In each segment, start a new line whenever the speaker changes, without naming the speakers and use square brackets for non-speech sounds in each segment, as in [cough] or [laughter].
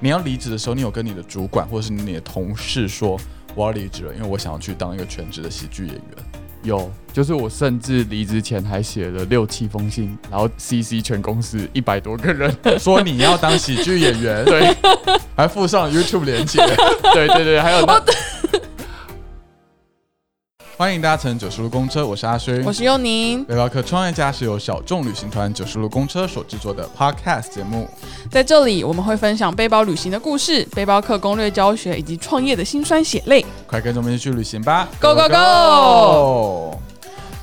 你要离职的时候，你有跟你的主管或者是你的同事说我要离职了，因为我想要去当一个全职的喜剧演员。 [laughs]
有，就是我甚至离职前还写了六七封信，然后 CC 全公司一百多个人， [laughs]
说你要当喜剧演
[laughs]
员，
对
还附上 YouTube 连接。
对对对，还有
哦
那
[laughs] 欢迎大家乘九十路公车，我是阿勋，
我是佑宁，
背包客创业家是由小众旅行团九十路公车所制作的 Podcast 节目。
在这里我们会分享背包旅行的故事、背包客攻略教学以及创业的辛酸血泪。
快跟着我们一起去旅行吧
Go, go, go！
哦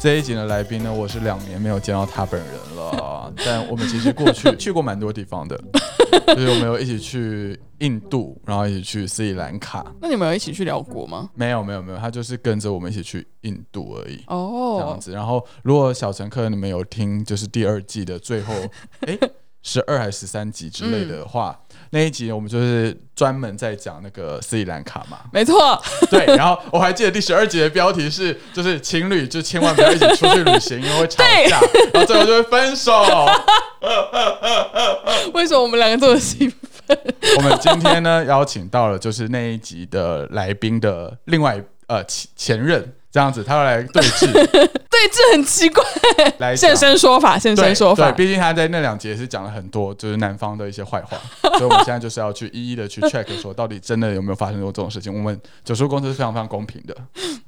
这一集的来宾呢，我是两年没有见到他本人了，但我们其实过去去过蛮多地方的，就是我们有一起去印度，然后一起去斯里兰卡，
那你们有一起去辽国吗？
没有没有没有，他就是跟着我们一起去印度而已。这样
哦，
子，然后如果小乘客你们有听，就是第二季的最后，哎，十二还是十三集之类的话，那一集我们就是专门在讲那个斯里兰卡嘛，
没错，
[laughs] 对，然后我还记得第十二集的标题是，就是情侣就千万不要一起出去旅行，因为会吵架，然后最后就会分手。 [laughs]
为什么我们两个这么幸福？
我们今天呢邀请到了就是那一集的来宾的另外一呃前前任，这样子他要来
[laughs]
对峙
[laughs] 对，这很奇怪。
来
现
讲
身说法，现身
对
说法
对，。毕竟他在那两集也是讲了很多就是南方的一些坏话，
[laughs]
所以我们现在就是要去一一的去 check 说到底真的有没有发生过这种事情。我们九叔公司是非常非常公平的，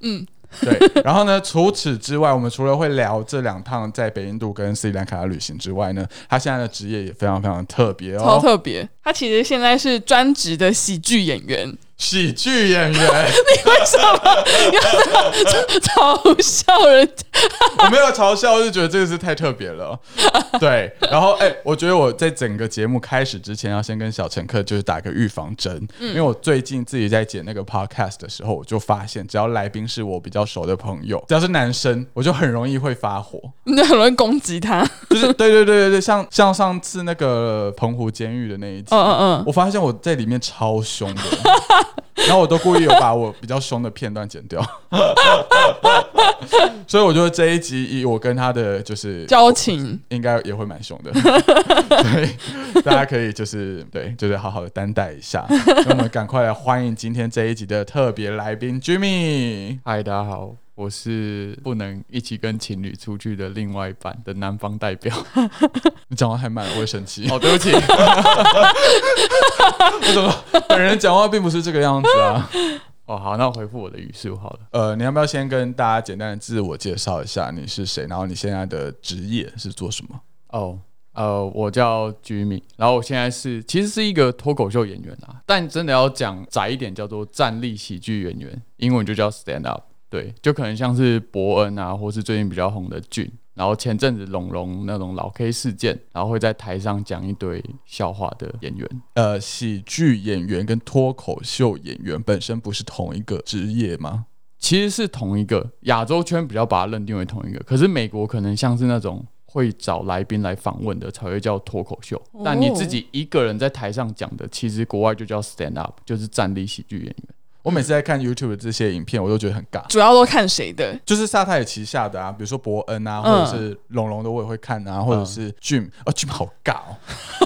嗯。对，然后呢？除此之外，我们除了会聊这两趟在北印度跟斯里兰卡的旅行之外呢，他现在的职业也非常非常特别
超
哦，
特别，他其实现在是专职的喜剧演员， [laughs]
喜剧演员。
为什么 [laughs] 要嘲笑人家？
[laughs] 我没有嘲笑，我就觉得这个是太特别了。对，然后哎、我觉得我在整个节目开始之前，要先跟小乘客就是打个预防针，因为我最近自己在剪那个 podcast 的时候，我就发现，只要来宾是我比较熟的朋友，只要是男生，我就很容易会发火。
[laughs] 你就很容易攻击他。
就是对对对对对，像像上次那个澎湖监狱的那一集，
嗯嗯
我发现我在里面超凶的， [laughs] 然后我都故意有把我比较凶的片段剪掉，所以我觉得这一集以我跟他的就是
嗯，交情。
应该也会蛮凶的，对，大家可以就是对，就是好好的担待一下。那我们赶快来欢迎今天这一集的特别来宾 Jimmy。
嗨，大家好，我是不能一起跟情侣出去的另外一半的南方代表。
[laughs] 你讲话太慢了，我会生气。
哦，对不
[laughs]
起，
为什么本人讲话并不是这个样子啊？
哦好，那我回复我的语速好了。
呃，你要不要先跟大家简单的自我介绍一下你是谁，然后你现在的职业是做什么？
哦，呃，我叫 Jimmy，然后我现在是其实是一个脱口秀演员啊，但真的要讲窄一点，叫做站立喜剧演员，英文就叫 stand up。对，就可能像是伯恩啊，或是最近比较红的俊，然后前阵子龙龙那种老 K 事件，然后会在台上讲一堆笑话的演员。
呃，喜剧演员跟脱口秀演员本身不是同一个职业吗？
其实是同一个亚洲圈比较把它认定为同一个，可是美国可能像是那种会找来宾来访问的才会叫脱口秀，
哦
但你自己一个人在台上讲的，其实国外就叫 stand up，就是站立喜剧演员。
我每次在看 YouTube 的这些影片，我都觉得很尬。
主要都看谁的？
就是萨泰尔旗下的啊，比如说伯恩啊，或
嗯
者是龙龙的我也会看啊，或者是 Jim 啊，Jim 好尬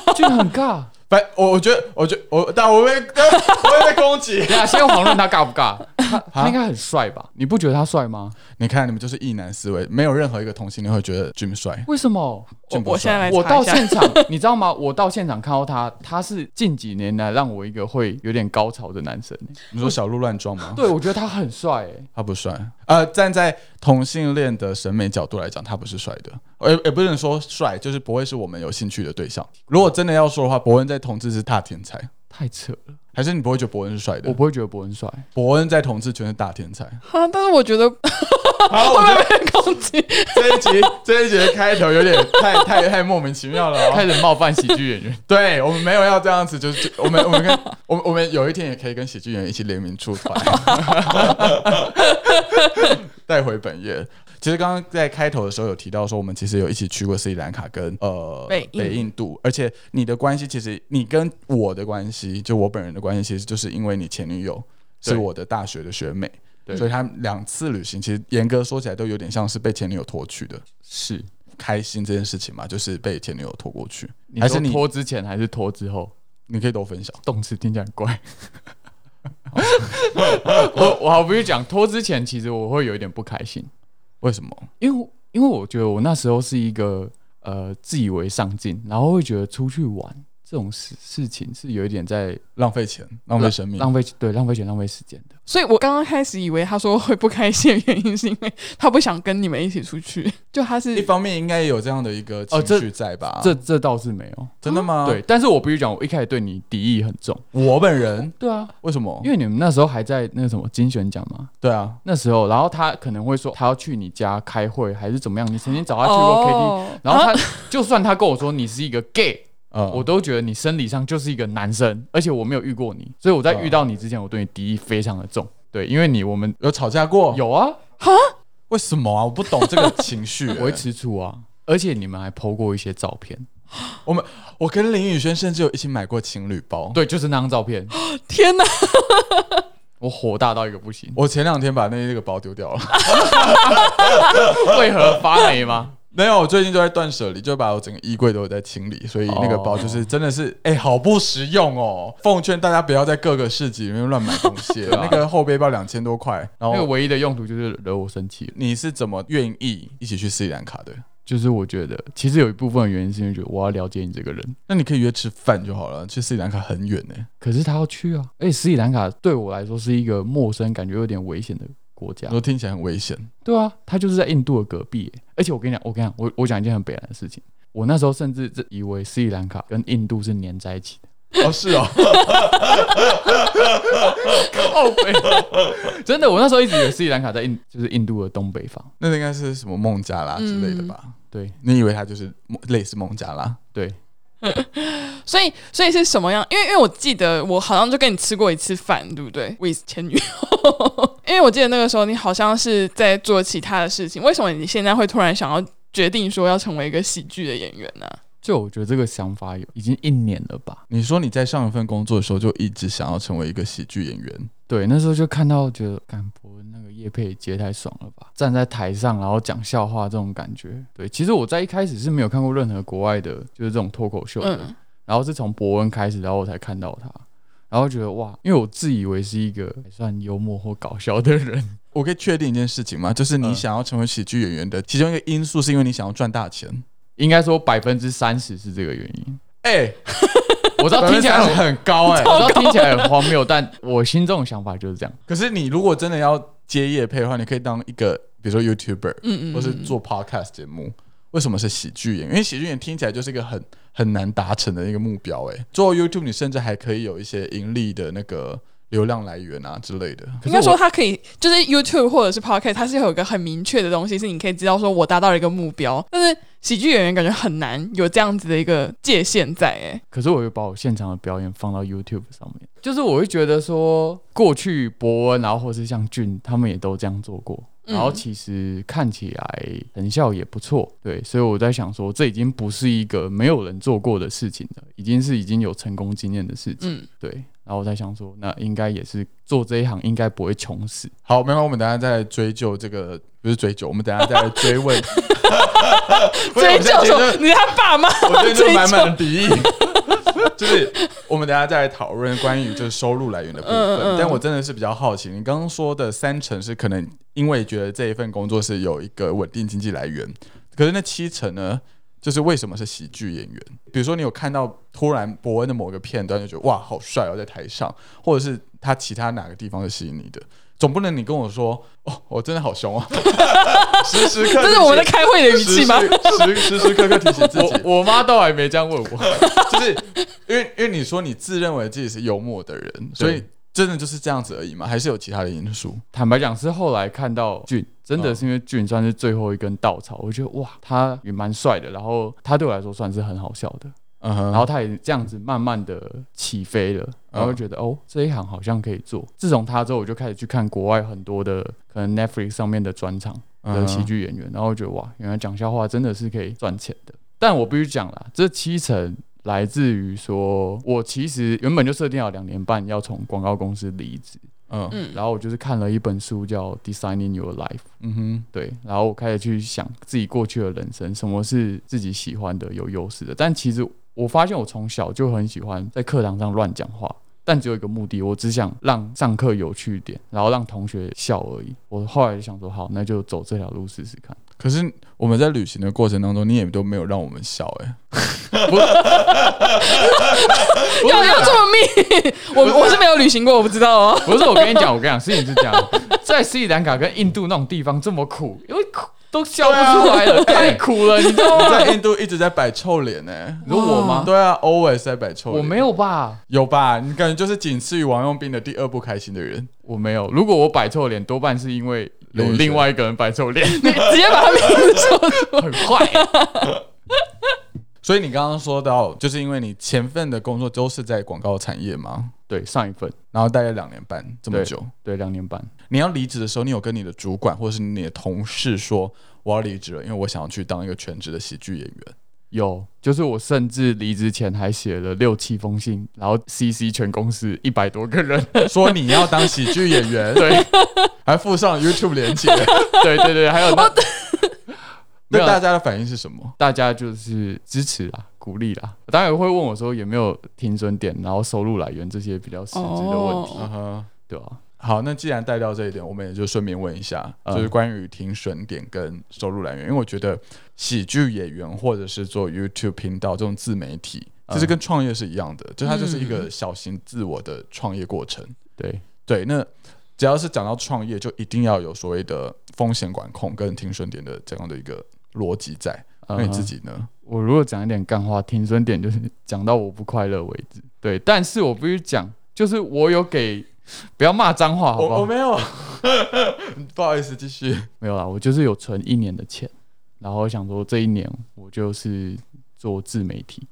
哦。
就很尬，
反我我觉得，我觉得我，但我会 [laughs] 被我会被攻击。
对啊，先黄论他尬不尬？他他应该很帅吧？你不觉得他帅吗？
你看，你们就是异男思维，没有任何一个同性恋会觉得 Jim 帅。
为什么？
我
俊不
我现在来
我
查
到
一下。
现场，你知道吗？我到现场看到他，他是近几年来让我一个会有点高潮的男生、
你说小鹿乱
[laughs]
撞吗？
对，我觉得他很帅、欸，
他不帅。呃，站在同性恋的审美角度来讲，他不是帅的，也也不能说帅，就是不会是我们有兴趣的对象。如果真的要说的话，伯恩在同志是大天才，
太扯了，
还是你不会觉得伯恩是帅
我
的？
不会觉得伯恩帅。
伯恩在同志圈是大天才。
哈，但是
[laughs]
我觉得 [laughs]
好，我觉得
被攻击，
这一集这一集的开头有点太太太莫名其妙了、哦。。
开始冒犯喜剧演员
[laughs] 对我们没有要这样子，就是就我们我们跟 [laughs] 我们我们有一天也可以跟喜剧演员一起联名出
[laughs]
团，带回本业。其实刚刚在开头的时候有提到说，我们其实有一起去过斯里兰卡跟呃
北印
印度，而且你的关系其实你跟我的关系，就我本人的关系，其实就是因为你前女友是
对
我的大学的学妹，
对
所以他们两次旅行其实严格说起来都有点像是被前女友拖去的。
是，
开心这件事情嘛，就是被前女友拖过去，
你
还是
说
你
拖之前还是拖之后？
你可以都分享。
动词听起来很怪。我我好不去讲脱之前，其实我会有一点不开心，
为什么？
因为因为我觉得我那时候是一个呃自以为上进，然后会觉得出去玩这种事事情是有一点在
浪费钱，浪费生命，
浪费对浪费钱、浪费时间的。
[laughs] 所以我刚刚开始以为他说会不开心的原因，是因为他不想跟你们一起出去，就他
一
是
方面应该也有这样的一个
哦
情
这
绪在吧？
这这倒是没有，
真的吗？
对，，但是我必须讲，我一开始对你敌意很重。
我本人
对啊，
为什么
因？为你们那时候还在那个什么金选奖嘛，
对啊，
那时候，然后他可能会说他要去你家开会还是怎么样，你曾经找他去
哦
过 KTV，、然后他、
啊
就算他跟我说你是一个 gay，、
嗯，
我都觉得你生理上就是一个男生，而且我没有遇过你，所以我在
嗯
遇到你之前，我对你敌意非常的重。对，因为你我们
有吵架过，
有啊，
为什么啊？我不懂这个情绪、
[laughs] 我会吃醋啊，而且你们还 PO 过一些照片，
我跟林宇轩甚至有一起买过情侣包。，
对，就是那张照片， [gasps]
天哪，
我火大到一个不行
我前两天把那那个包丢掉了， [laughs]
为何发霉吗？
没有，我最近就在断舍离，就把我整个衣柜都有在清理，所以那个包就是真的是，
[laughs]
哎、好不实用哦。奉劝大家不要在各个市集里面乱买东西，
对 [laughs] 啊
那个后背包两千多块，然
那个
后
唯一的用途就是惹我生气了，
你是怎么愿意一起去斯里兰卡的？
就是我觉得其实有一部分的原因是因为觉得我要了解你这个人。
那你可以约吃饭就好了，去斯里兰卡很远呢、
可是他要去啊，而且斯里兰卡对我来说是一个陌生、感觉有点危险的国家
我。都听起来很危险。
对啊，他就是在印度的隔壁耶。而且我跟你讲，我跟你讲，我我讲一件很北兰的事情。我那时候甚至这以为斯里兰卡跟印度是粘在一起的。
哦，是哦，
靠北， [laughs] 真的，我那时候一直以为斯里兰卡在印就是印度的东北方。
[laughs] 那应该是什么孟加拉之类的吧？
对
你以为它就是孟类似孟加拉？
对，
所以所以是什么样？因为因为我记得我好像就跟你吃过一次饭，对不对？with 前女友， [laughs] 因为我记得那个时候你好像是在做其他的事情，为什么你现在会突然想要决定说要成为一个喜剧的演员啊呢、
就我觉得这个想法有已经一年了吧。
你说你在上一份工作的时候就一直想要成为一个喜剧演员，
对，那时候就看到觉得，干博文那个叶佩接太爽了吧，站在台上然后讲笑话这种感觉。对，其实我在一开始是没有看过任何国外的，就是这种脱口秀的，
嗯，
然后是从博文开始，然后我才看到他，然后觉得哇，因为我自以为是一个还算幽默或搞笑的人，
我可以确定一件事情吗？就是你
嗯
想要成为喜剧演员的其中一个因素，是因为你想要赚大钱。
应该说百分之三十是这个原因。
哎、
我知道听起来很，欸
很高哎、
我知道听起来很荒谬，但我心中的想法就是这样。
可是你如果真的要接业配的话，你可以当一个比如说 YouTuber，
嗯嗯
或是做 Podcast 节目。为什么是喜剧演员？因为喜剧演员听起来就是一个很很难达成的一个目标、哎，做 YouTube 你甚至还可以有一些盈利的那个流量来源啊之类的。
可是
应该
我
说，他可以就是 YouTube 或者是 Podcast，它是有一个很明确的东西，是你可以知道说我达到了一个目标。但是喜剧演员感觉很难有这样子的一个界限在、欸，
可是我又把我现场的表演放到 YouTube 上面，就是我会觉得说，过去伯恩，然后或是像俊，他们也都这样做过，
嗯
然后其实看起来成效也不错，对，所以我在想说，这已经不是一个没有人做过的事情了，已经是已经有成功经验的事情，
嗯，
对。然后我在想说，那应该也是做这一行应该不会穷死，
好，没关系，我们等一下再来追究这个，不是追究，我们等一下再来追
[laughs]
问。不是
追
我
究
现在觉
说
得
你是他爸妈，
我对这
追究
满满的敌意。就是我们等一下再来讨论关于就是收入来源的部分，
嗯嗯嗯
但我真的是比较好奇，你刚刚说的三成是可能因为觉得这一份工作是有一个稳定经济来源，可是那七成呢，就是为什么是喜剧演员？比如说你有看到突然伯恩的某个片段，就觉得哇好帅哦在台上，或者是他其他哪个地方是吸引你的，总不能你跟我说哦我真的好凶哦，时时刻刻
这是我们在开会的语
时时
气吗？
时时时刻刻提醒自己，
我我妈倒还没这样问我，
就是因为因为你说你自认为自己是幽默的人，所以真的就是这样子而已吗？还是有其他的因素？
坦白讲是后来看到俊，真的是因为俊算是最后一根稻草，我觉得哇，他也蛮帅的，然后他对我来说算是很好笑的，
嗯哼，
然后他也这样子慢慢的起飞了，然后就觉得、哦这一行好像可以做。自从他之后，我就开始去看国外很多的可能 Netflix 上面的专场
嗯
的喜剧演员，然后我觉得哇，原来讲笑话真的是可以赚钱的。但我必须讲啦，这七成。来自于说，我其实原本就设定好两年半要从广告公司离职，
嗯嗯
嗯
然后我就是看了一本书叫《Designing Your Life》，
嗯哼，
对，然后我开始去想自己过去的人生，什么是自己喜欢的、有优势的。但其实我发现我从小就很喜欢在课堂上乱讲话，但只有一个目的，我只想让上课有趣一点，然后让同学笑而已。我后来就想说，好，那就走这条路试试看。
可是我们在旅行的过程当中，你也都没有让我们笑哎、
[laughs]
要
啊
要这么密？我我是没有旅行过，我不知道
[laughs]
哦。
不是，我跟你讲，我跟你讲，事情是这样，在斯里兰卡跟印度那种地方这么苦，因为苦都笑不出来了，
啊
太苦了，你知道
你
吗？
在印度一直在摆臭脸呢、欸
你说我吗？
对啊，always 在摆臭
我
脸。
没有吧？
有吧？你感觉就是仅次于王用兵的第二不开心的人。
我没有。如果我摆臭脸，多半是因为有另外一个人摆臭脸，
你直接把他名字说出
[laughs]
来
很坏。
所以你刚刚说到，就是因为你前份的工作都是在广告产业嘛，
对，上一份，
然后大概两年半这么久，
对，两年半，
你要离职的时候，你有跟你的主管或者是你的同事说我要离职了，因为我想要去当一个全职的喜剧演员。 [laughs]
有，就是我甚至离职前还写了六七封信，然后 CC 全公司一百多个人。 [laughs]
说你要当喜剧演员， [laughs]
对，
还附上 YouTube 连
[laughs]
接。
对对对，还有那 [laughs] 没
那
有啊
大家的反应是什么？
大家就是支持啦、鼓励啦，当然会问我说有没有停损点，然后收入来源这些比较实质的问题，
哦
嗯哼。
对啊吧、
好，那既然带到这一点，我们也就顺便问一下，
嗯
就是关于停损点跟收入来源，因为我觉得喜剧演员或者是做 YouTube 频道这种自媒体，其实
嗯
跟创业是一样的，就它就是一个小型自我的创业过程。
对，
对，那只要是讲到创业，就一定要有所谓的风险管控跟停损点的这样的一个逻辑在。那你
嗯
自
哼
己呢？
我如果讲一点干话，停损点就是讲到我不快乐为止。对，但是我必须讲，就是我有给，不要骂脏话，好不
我我
好？
没有， [laughs] 不好意思，继续。
没有啦，我就是有存一年的钱，然后想说这一年我就是做自媒体，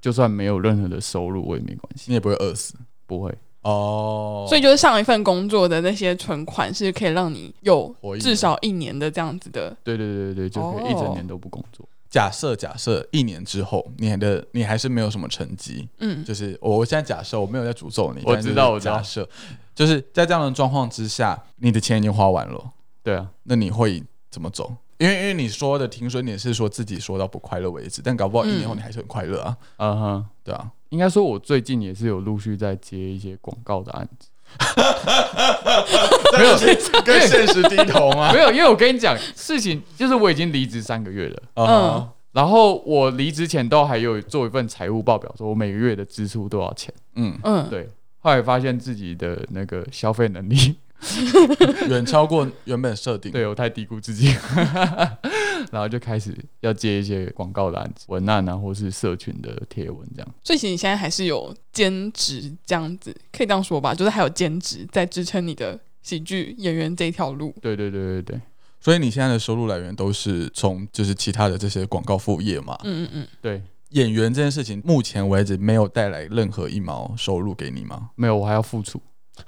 就算没有任何的收入我也没关系，
你也不会饿死
不会。
哦。
所以就是上一份工作的那些存款是可以让你有
活一年
至少一年的这样子的。
对对对对对，就可以一整年都不工作。
假设假设一年之后，你的你还是没有什么成绩，
嗯，
就是我我现在假设我没有在诅咒你，
我
但是
知道
就是
我知道
假设就是在这样的状况之下，你的钱已经花完了，
对啊，
那你会怎么走？因为因为你说的停损点是说自己说到不快乐为止，但搞不好一年后
嗯
你还是很快乐啊，
嗯哼。
对啊。
应该说，我最近也是有陆续在接一些广告的案子。 [laughs] 没有，
跟现实低头 [laughs] 吗？
没有，因为我跟你讲，事情就是我已经离职三个月了，
嗯
然后我离职前都还有做一份财务报表，说我每个月的支出多少钱。
嗯，
嗯，
对，后来发现自己的那个消费能力，
[laughs] 远超过原本设定。
对我太低估自己， [laughs] 然后就开始要接一些广告的案子、文案啊，或是社群的贴文这样。
所以其实你现在还是有兼职这样子，可以这样说吧，就是还有兼职在支撑你的喜剧演员这一条路。
对对对对对
所以你现在的收入来源都是从就是其他的这些广告副业嘛？
嗯嗯嗯，
对，
演员这件事情，目前为止没有带来任何一毛收入给你吗？
没有，我还要付出。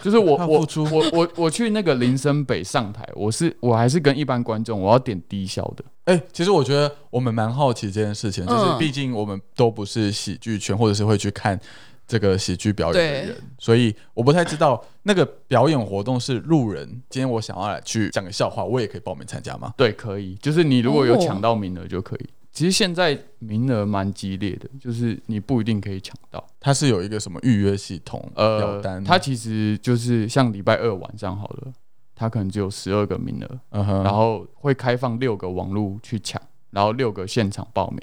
就是
[laughs]
我
还要
我
付出
我我我去那个林森北上台，我是我还是跟一般观众，我要点低消的。
哎、其实我觉得我们蛮好奇这件事情，就是
嗯
毕竟我们都不是喜剧圈，或者是会去看这个喜剧表演的
对
人，所以我不太知道那个表演活动是路人。今天我想要来去讲个笑话，我也可以报名参加吗？
对，可以，就是你如果有
哦
抢到名额就可以。其实现在名额蛮激烈的，就是你不一定可以抢到。
它是有一个什么预约系统、表
呃
单？，
它其实就是像礼拜二晚上好了，它可能只有十二个名额，
嗯哼，
然后会开放六个网路去抢，然后六个现场报
[laughs]
名，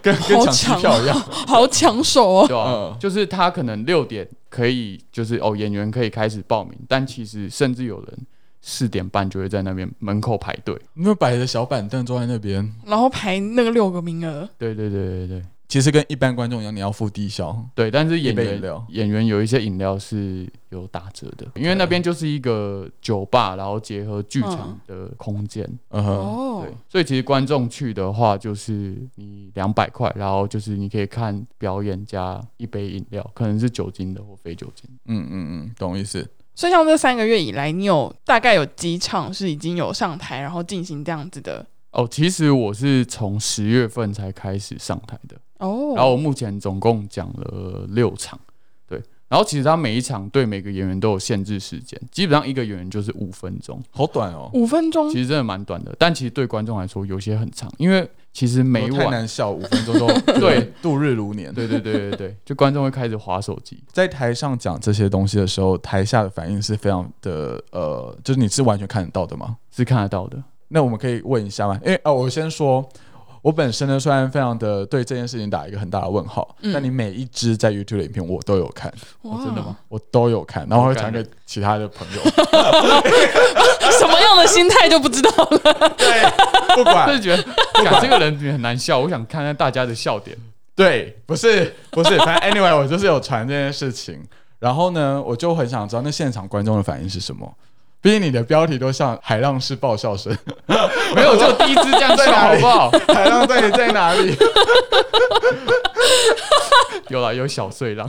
跟跟
好
抢机
强
票一样，
[laughs] 好抢手哦。
对吧、
嗯
啊就是他可能六点可以，就是哦演员可以开始报名，但其实甚至有人四点半就会在那边门口排队。
你们摆着小板凳坐在那边，
然后排那个六个名额，
对对对对对
其实跟一般观众一样，你要付低消。
对，但是演
一杯饮
员
料
演员有一些饮料是有打折的，因为那边就是一个酒吧，然后结合剧场的空间。
嗯哼，
哦
对，，所以其实观众去的话，就是你两百块，然后就是你可以看表演加一杯饮料，可能是酒精的或非酒精的。
嗯嗯嗯，懂意思。
所以像这三个月以来，你有大概有几场是已经有上台，然后进行这样子的
哦，其实我是从十月份才开始上台的，
哦，
然后我目前总共讲了六场，对，然后其实他每一场对每个演员都有限制时间，基本上一个演员就是五分钟，
好短哦，
五分钟
其实真的蛮短的，但其实对观众来说有些很长，因为其实每
我哦太
晚，
难笑，五分钟都
对
度日如年。
对对对对对，就观众会开始划手机，
在台上讲这些东西的时候，台下的反应是非常的呃，就是你是完全看得到的吗？
是看得到的。
那我们可以问一下吗？因为哦，我先说，我本身呢虽然非常的对这件事情打一个很大的问号，
嗯
但你每一支在 YouTube 的影片我都有看，
哇，
真的吗？
我都有看，然后会传
好
给其他的朋友，
什么样的心态就不知道 [laughs] 了。
就
不管
是觉得，感这个人很难笑，我想看看大家的笑
[laughs]
点。
对，不是不是，反正 anyway 我就是有传这件事情，然后呢，我就很想知道那现场观众的反应是什么。毕竟你的标题都像海浪式爆
[laughs]
笑声，
没有，就第一支这样笑好不好？
海浪在在哪里？
有啦，有小碎浪。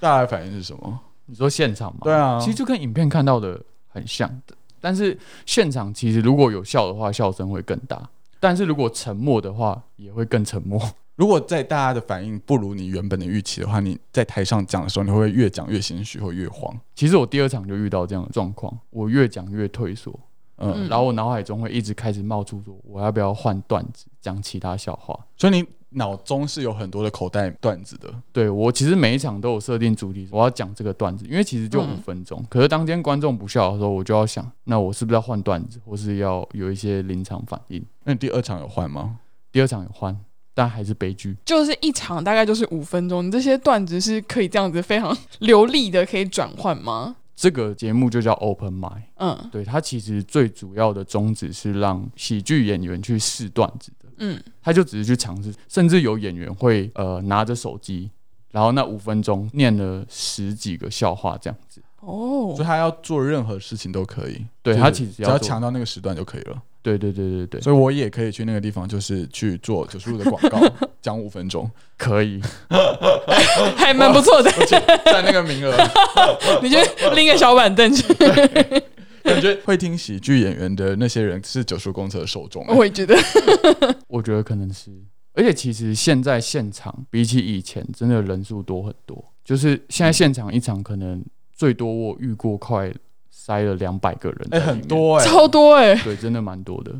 大家的反应是什么？
你说现场吗？
对啊
其实就跟影片看到的很像的，但是现场其实如果有笑的话，笑声会更大；但是如果沉默的话，也会更沉默。
如果在大家的反应不如你原本的预期的话，你在台上讲的时候，你会不会越讲越心虚或越慌？
其实我第二场就遇到这样的状况，我越讲越退缩，
嗯，
嗯
然后我脑海中会一直开始冒出说，我要不要换段子讲其他笑话？
所以你脑中是有很多的口袋段子的。
对我其实每一场都有设定主题，我要讲这个段子，因为其实就五
嗯
分钟。可是当今天观众不笑的时候，我就要想，那我是不是要换段子，或是要有一些临场反应？
那你第二场有换吗？
第二场有换，但还是悲剧。
就是一场大概就是五分钟，你这些段子是可以这样子非常流利的可以转换吗？
这个节目就叫 Open m i d
嗯
对它其实最主要的宗旨是让喜剧演员去试段子的，
嗯，
他就只是去尝试，甚至有演员会呃拿着手机，然后那五分钟念了十几个笑话这样子。
哦
所以，他要做任何事情都可以。
对
就是
他其实
只要
要做
抢到那个时段就可以了。
对对对对对，
所以我也可以去那个地方，就是去做九十度的广
[laughs]
告，讲五分钟，
可以。
还蛮不错的。
我去占那个名额。
你就拎个小板凳去，
感觉会听喜剧演员的那些人是九十公车的受众、
[laughs]
欸
哦
我也觉得，
我觉得可能是，而且其实现在现场比起以前真的人数多很多，就是现
嗯
在现场一场可能最多我遇过快塞了两百个人，
哎、很，多哎、
超多哎、
对，真的蛮多的。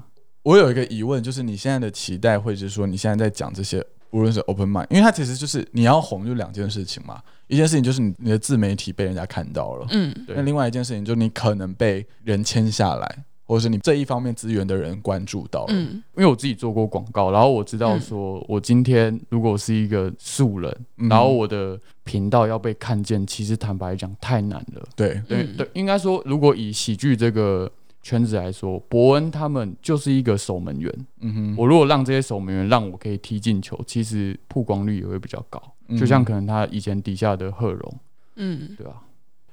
我有一个疑问，就是你现在的期待会是说，你现在在讲这些，无论是 open mind，因为它其实就是你要红就两件事情嘛，一件事情就是你你的自媒体被人家看到了，
嗯
对
那另外一件事情就是你可能被人签下来，或者是你这一方面资源的人关注到了。
嗯
因为我自己做过广告，然后我知道
嗯
说，我今天如果是一个素人，
嗯
然后我的频道要被看见，其实坦白讲太难了。
对，
对
嗯
对，应该说，如果以喜剧这个圈子来说，伯恩他们就是一个守门员。
嗯哼，
我如果让这些守门员让我可以踢进球，其实曝光率也会比较高。
嗯
就像可能他以前底下的贺荣，
嗯，
对吧、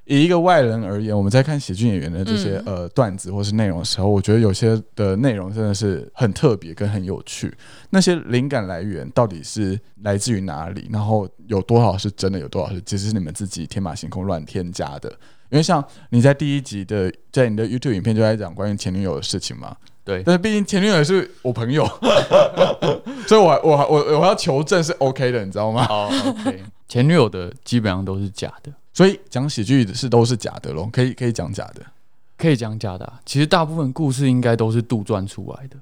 以一个外人而言，我们在看喜剧演员的这些、
嗯
呃段子或是内容的时候，我觉得有些的内容真的是很特别跟很有趣。那些灵感来源到底是来自于哪里？然后有多少是真的，有多少是其实是你们自己天马行空乱添加的？因为像你在第一集的，在你的 YouTube 影片就在讲关于前女友的事情嘛，
对
但是毕竟前女友也是我朋友， [laughs] 所以我我我我要求证是 OK 的，你知道吗？
哦、o k [laughs] 前女友的基本上都是假的，
所以讲喜剧是都是假的咯，可以可以讲假的，
可以讲假的啊、其实大部分故事应该都是杜撰出来的，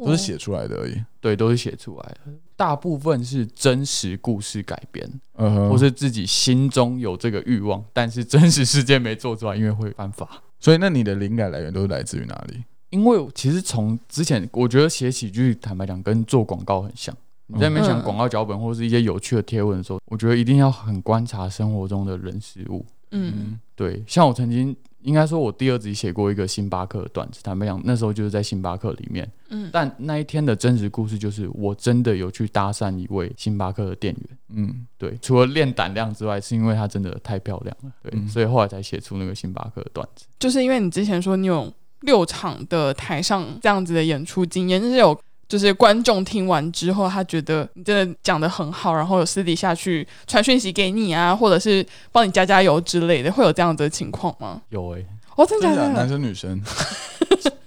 哦都是写出来的而已。
对，都是写出来的。大部分是真实故事改编，
嗯哼，
或是自己心中有这个欲望，但是真实世界没做出来，因为会犯法。
所以那你的灵感来源都是来自于哪里？
因为我其实从之前，我觉得写喜剧，坦白讲，跟做广告很像。你在那边想
嗯
广告脚本或是一些有趣的贴文的时候，我觉得一定要很观察生活中的人事物。
嗯，
对，像我曾经应该说，我第二集写过一个星巴克的段子，坦白讲，那时候就是在星巴克里面。
嗯
但那一天的真实故事就是，我真的有去搭讪一位星巴克的店员。
嗯，
对，除了练胆量之外，是因为她真的太漂亮了。对，
嗯
所以后来才写出那个星巴克的段子。
就是因为你之前说你有六场的台上这样子的演出经验，就是有就是观众听完之后，他觉得你真的讲的很好，然后有私底下去传讯息给你啊，或者是帮你加加油之类的，会有这样子的情况 [laughs] 吗？
有
欸
诶、
哦，真的
真
假
的假的？
的？
男生
[laughs]
女生，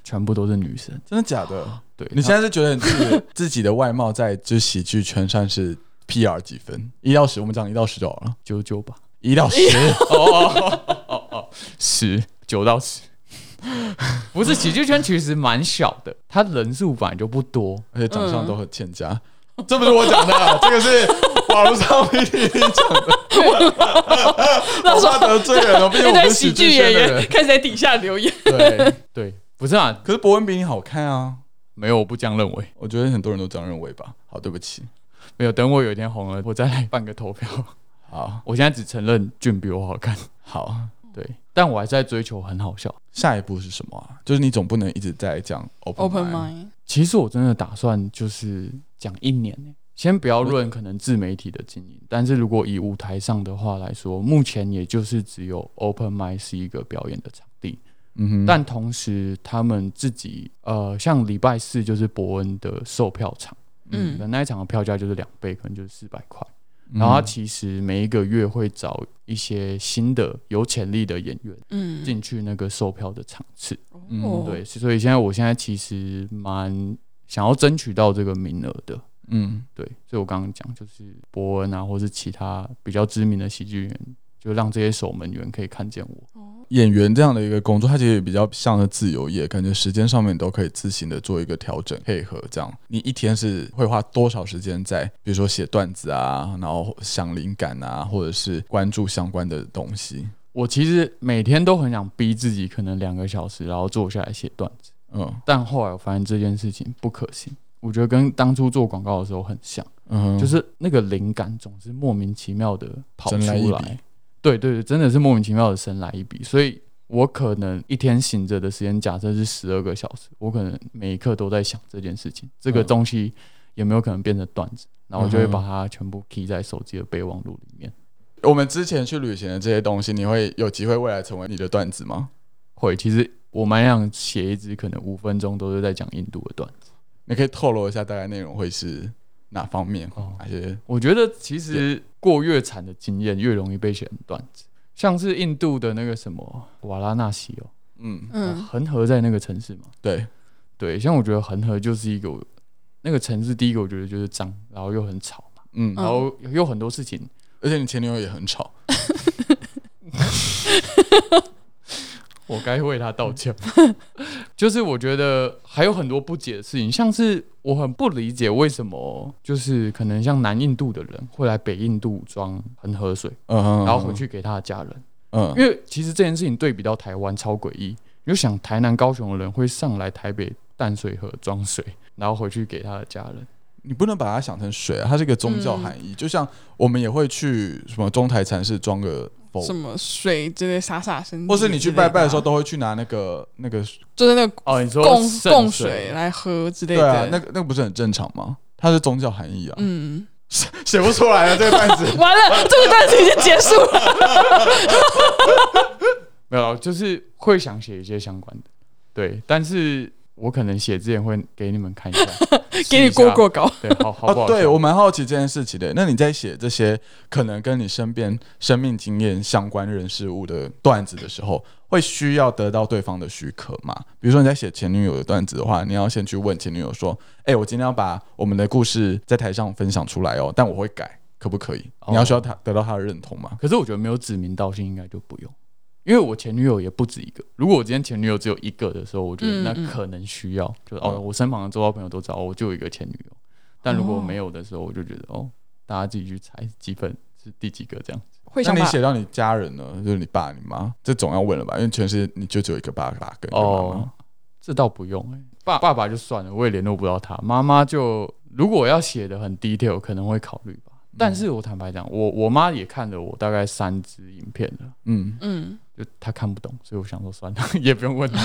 全部都是女生。
真的假的？
对，
[laughs] 你现在是觉得你自己自己的外貌在就是喜剧圈算是 PR 几分？一到十，我们讲一到十就好了。
九九吧？
[laughs]
一到十，
哦哦哦哦哦，十九到十。不是喜剧圈其实蛮小的，它人数本来就不多。
而且长相都很欠佳。这不是我讲的啊，这个是网络上 PPT 讲的，
那时
我怕
候
得罪人哦，毕竟
那
我们
堆
是
喜
喜
剧
剧
演
圈的
员
人。
开始在底下留 [laughs] 言，
对，
对，不是啊，
可是博文比你好看啊，
没有，我不这样认为。
我觉得很多人都这样认为吧。好，对不起，
没有，等我有一天红了，我再来办个投票。
好
我现在只承认俊比我好看，
好，
对，但我还是在追求很好笑。
下一步是什么啊？就是你总不能一直在讲 open
open
mind
mind。
其实我真的打算就是讲一年、欸，先不要论可能自媒体的经营，但是如果以舞台上的话来说，目前也就是只有 open mic 是一个表演的场地，
嗯哼，
但同时他们自己呃，像礼拜四就是伯恩的售票场，
嗯
那那一场的票价就是两倍，可能就是四百块。
嗯
然后他其实每一个月会找一些新的有潜力的演员
嗯，
进去那个售票的场次，
嗯
哦
对，所以现在我现在其实蛮想要争取到这个名额的，
嗯
对，所以我刚刚讲就是伯恩啊，或是其他比较知名的喜剧演员，就让这些守门员可以看见我，
演员这样的一个工作，它其实也比较像是自由业，感觉时间上面都可以自行的做一个调整配合。这样，你一天是会花多少时间在，比如说写段子啊，然后想灵感啊，或者是关注相关的东西？
我其实每天都很想逼自己，可能两个小时，然后坐下来写段子。
嗯
但后来我发现这件事情不可行，我觉得跟当初做广告的时候很像，
嗯哼，
就是那个灵感总是莫名其妙的跑出
神来一笔
来。对对对，真的是莫名其妙的神来一笔，所以我可能一天醒着的时间假设是十二个小时，我可能每一刻都在想这件事情，这个
嗯
东西有没有可能变成段子？然后我就会
嗯哼
把它全部 key 在手机的备忘录里面。
我们之前去旅行的这些东西，你会有机会未来成为你的段子吗？
会，其实我蛮想写一支可能五分钟都是在讲印度的段子。
你可以透露一下大概内容会是哪方面，
哦
哪些？
我觉得其实过越惨的经验越容易被写成段子，像是印度的那个什么瓦拉纳西哦，
嗯，
嗯
恒河在那个城市嘛，
对，
对，像我觉得恒河就是一个我那个城市，第一个我觉得就是脏，然后又很吵嘛，
嗯，
然后又有很多事情，
而且你前女友也很吵，
[laughs] 我该为他道歉。就是我觉得还有很多不解的事情，像是我很不理解为什么，就是可能像南印度的人会来北印度装恒河水，
嗯，
然后回，去给他的家人，
嗯
因为其实这件事情对比到台湾超诡异，你就想台南、高雄的人会上来台北淡水河装水，然后回去给他的家人。
你不能把它想成水啊，它是一个宗教含
嗯
义。就像我们也会去什么中台禅寺装个佛，
什么水之类洒洒身体之类的
或
啊，
是你去拜拜的时候都会去拿那个那个，
就是那个
哦，你说
供
圣哦
供水来喝之类
对啊
的，，
那个那个不是很正常吗？它是宗教含义啊，
嗯，。
写不出来了啊这个段子
完了，这个段子已经结束了，，
没有，就是会想写一些相关的，对，但是我可能写之前会给你们看一下
[laughs] 给你过
试一
过稿。
下，对，好好不
哦，
好笑？
对我蛮好奇这件事情的。那你在写这些可能跟你身边生命经验相关人事物的段子的时候，会需要得到对方的许可吗？比如说你在写前女友的段子的话，你要先去问前女友说：“哎、我今天要把我们的故事在台上分享出来哦，但我会改，可不可以？”
哦
你要需要他得到他的认同吗？
可是我觉得没有指名道姓应该就不用，因为我前女友也不止一个。如果我今天前女友只有一个的时候，我觉得
嗯
那
嗯
可能需要，就
嗯
哦，我身旁的周遭朋友都知道，哦我就有一个前女友。但如果
哦
没有的时候，我就觉得哦，大家自己去猜几分是第几个这样。
会
那
想
你
把
写到你家人呢？就是你爸、你妈，这总要问了吧？因为全世界你就只有一个爸爸跟一个妈妈
哦。，这倒不用、欸，爸爸爸就算了，我也联络不到他。妈妈就如果要写的很 detail，可能会考虑吧。但是我坦白讲，我我妈也看了我大概三支影片了，
嗯，
嗯，
就她看不懂，所以我想说算了， [laughs] 也不用问她。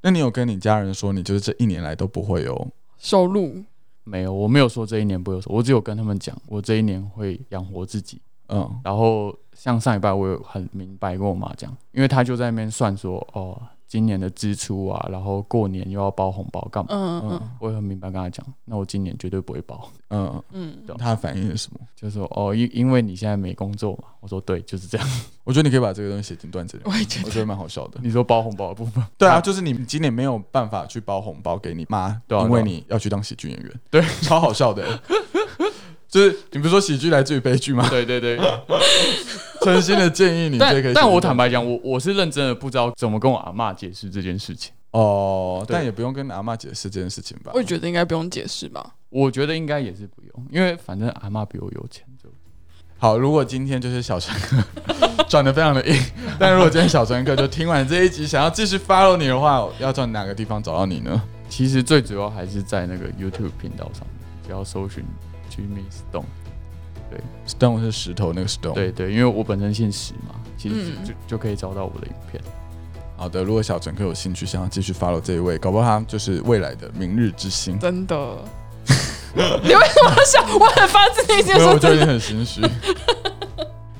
那你有跟你家人说你就是这一年来都不会哦有
收入
没有，我没有说这一年不会有收，我只有跟他们讲，我这一年会养活自己。
嗯
然后像上礼拜我有很明白跟我妈讲，因为她就在那边算说，哦，今年的支出啊，然后过年又要包红包干嘛？
嗯嗯
嗯
我也很明白跟她讲，那我今年绝对不会包。
嗯，
嗯，
懂
他的反应是什么？
就说哦，因因为你现在没工作嘛。我说对，就是这样。 [laughs]
我觉得你可以把这个东西写进段子里面，
我也觉
我
得
觉得蛮好笑的。
你说包红包的部分，
对啊，就是你你今年没有办法去包红包给你妈，
对啊
因为
对啊
你要去当喜剧演员，
[laughs] 对，
超好笑的欸。就是你不是说喜剧来自于悲剧吗？
对 [laughs] 对对，
诚心的建议你这可以
但
写
但我
进
坦
来
白讲，我我是认真的，不知道怎么跟我阿嬷解释这件事情。
哦，
对
但也不用跟阿嬷解释这件事情吧
我？也觉得应该不用解释吧。
我觉得应该也是不用，因为反正阿嬷比我有钱，就
好，如果今天就是小乘客转的非常的硬，但如果今天小乘客就听完这一集，想要继续 follow 你的话，要从哪个地方找到你呢？
其实最主要还是在那个 YouTube 频道上面，只要搜寻 Jimmy Stone。
Stone 是石头那个 Stone。，
对对，因为我本身姓史嘛，其实
嗯
就、就就可以找到我的影片。
好的，如果小乘客有兴趣，想要继续 follow 这一位，搞不好他就是未来的明日之星。
真的。
[laughs]
你为什么要笑？我很发自内心地
所以
说
我就
真
已
的
经。很心
[laughs]
虚。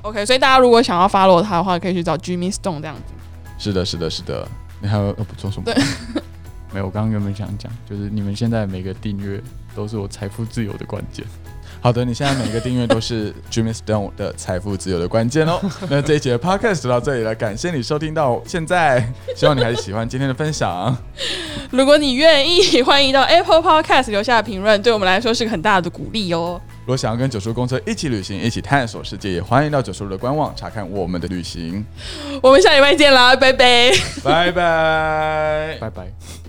OK，所以大家如果想要 follow 他的话，可以去找 Jimmy Stone 这样子。
是的，是的，是的。你还有要补充什么
对？
没有，我刚刚原本想讲，就是你们现在每个订阅都是我财富自由的关键。
好的，你现在每个订阅都是 Jimmy Stone 的财富自由的关键
[laughs]
哦。那这一节 podcast 就到这里了，感谢你收听到现
[laughs]
在，希望你还是喜欢今天的分享。
如果你愿意，欢迎到 Apple Podcast 留下评论，对我们来说是个很大的鼓励哦。
如果想要跟九叔公车一起旅行，一起探索世界，也欢迎到九叔的官网查看我们的旅行。
我们下礼拜见啦，拜拜。
拜拜。
拜拜。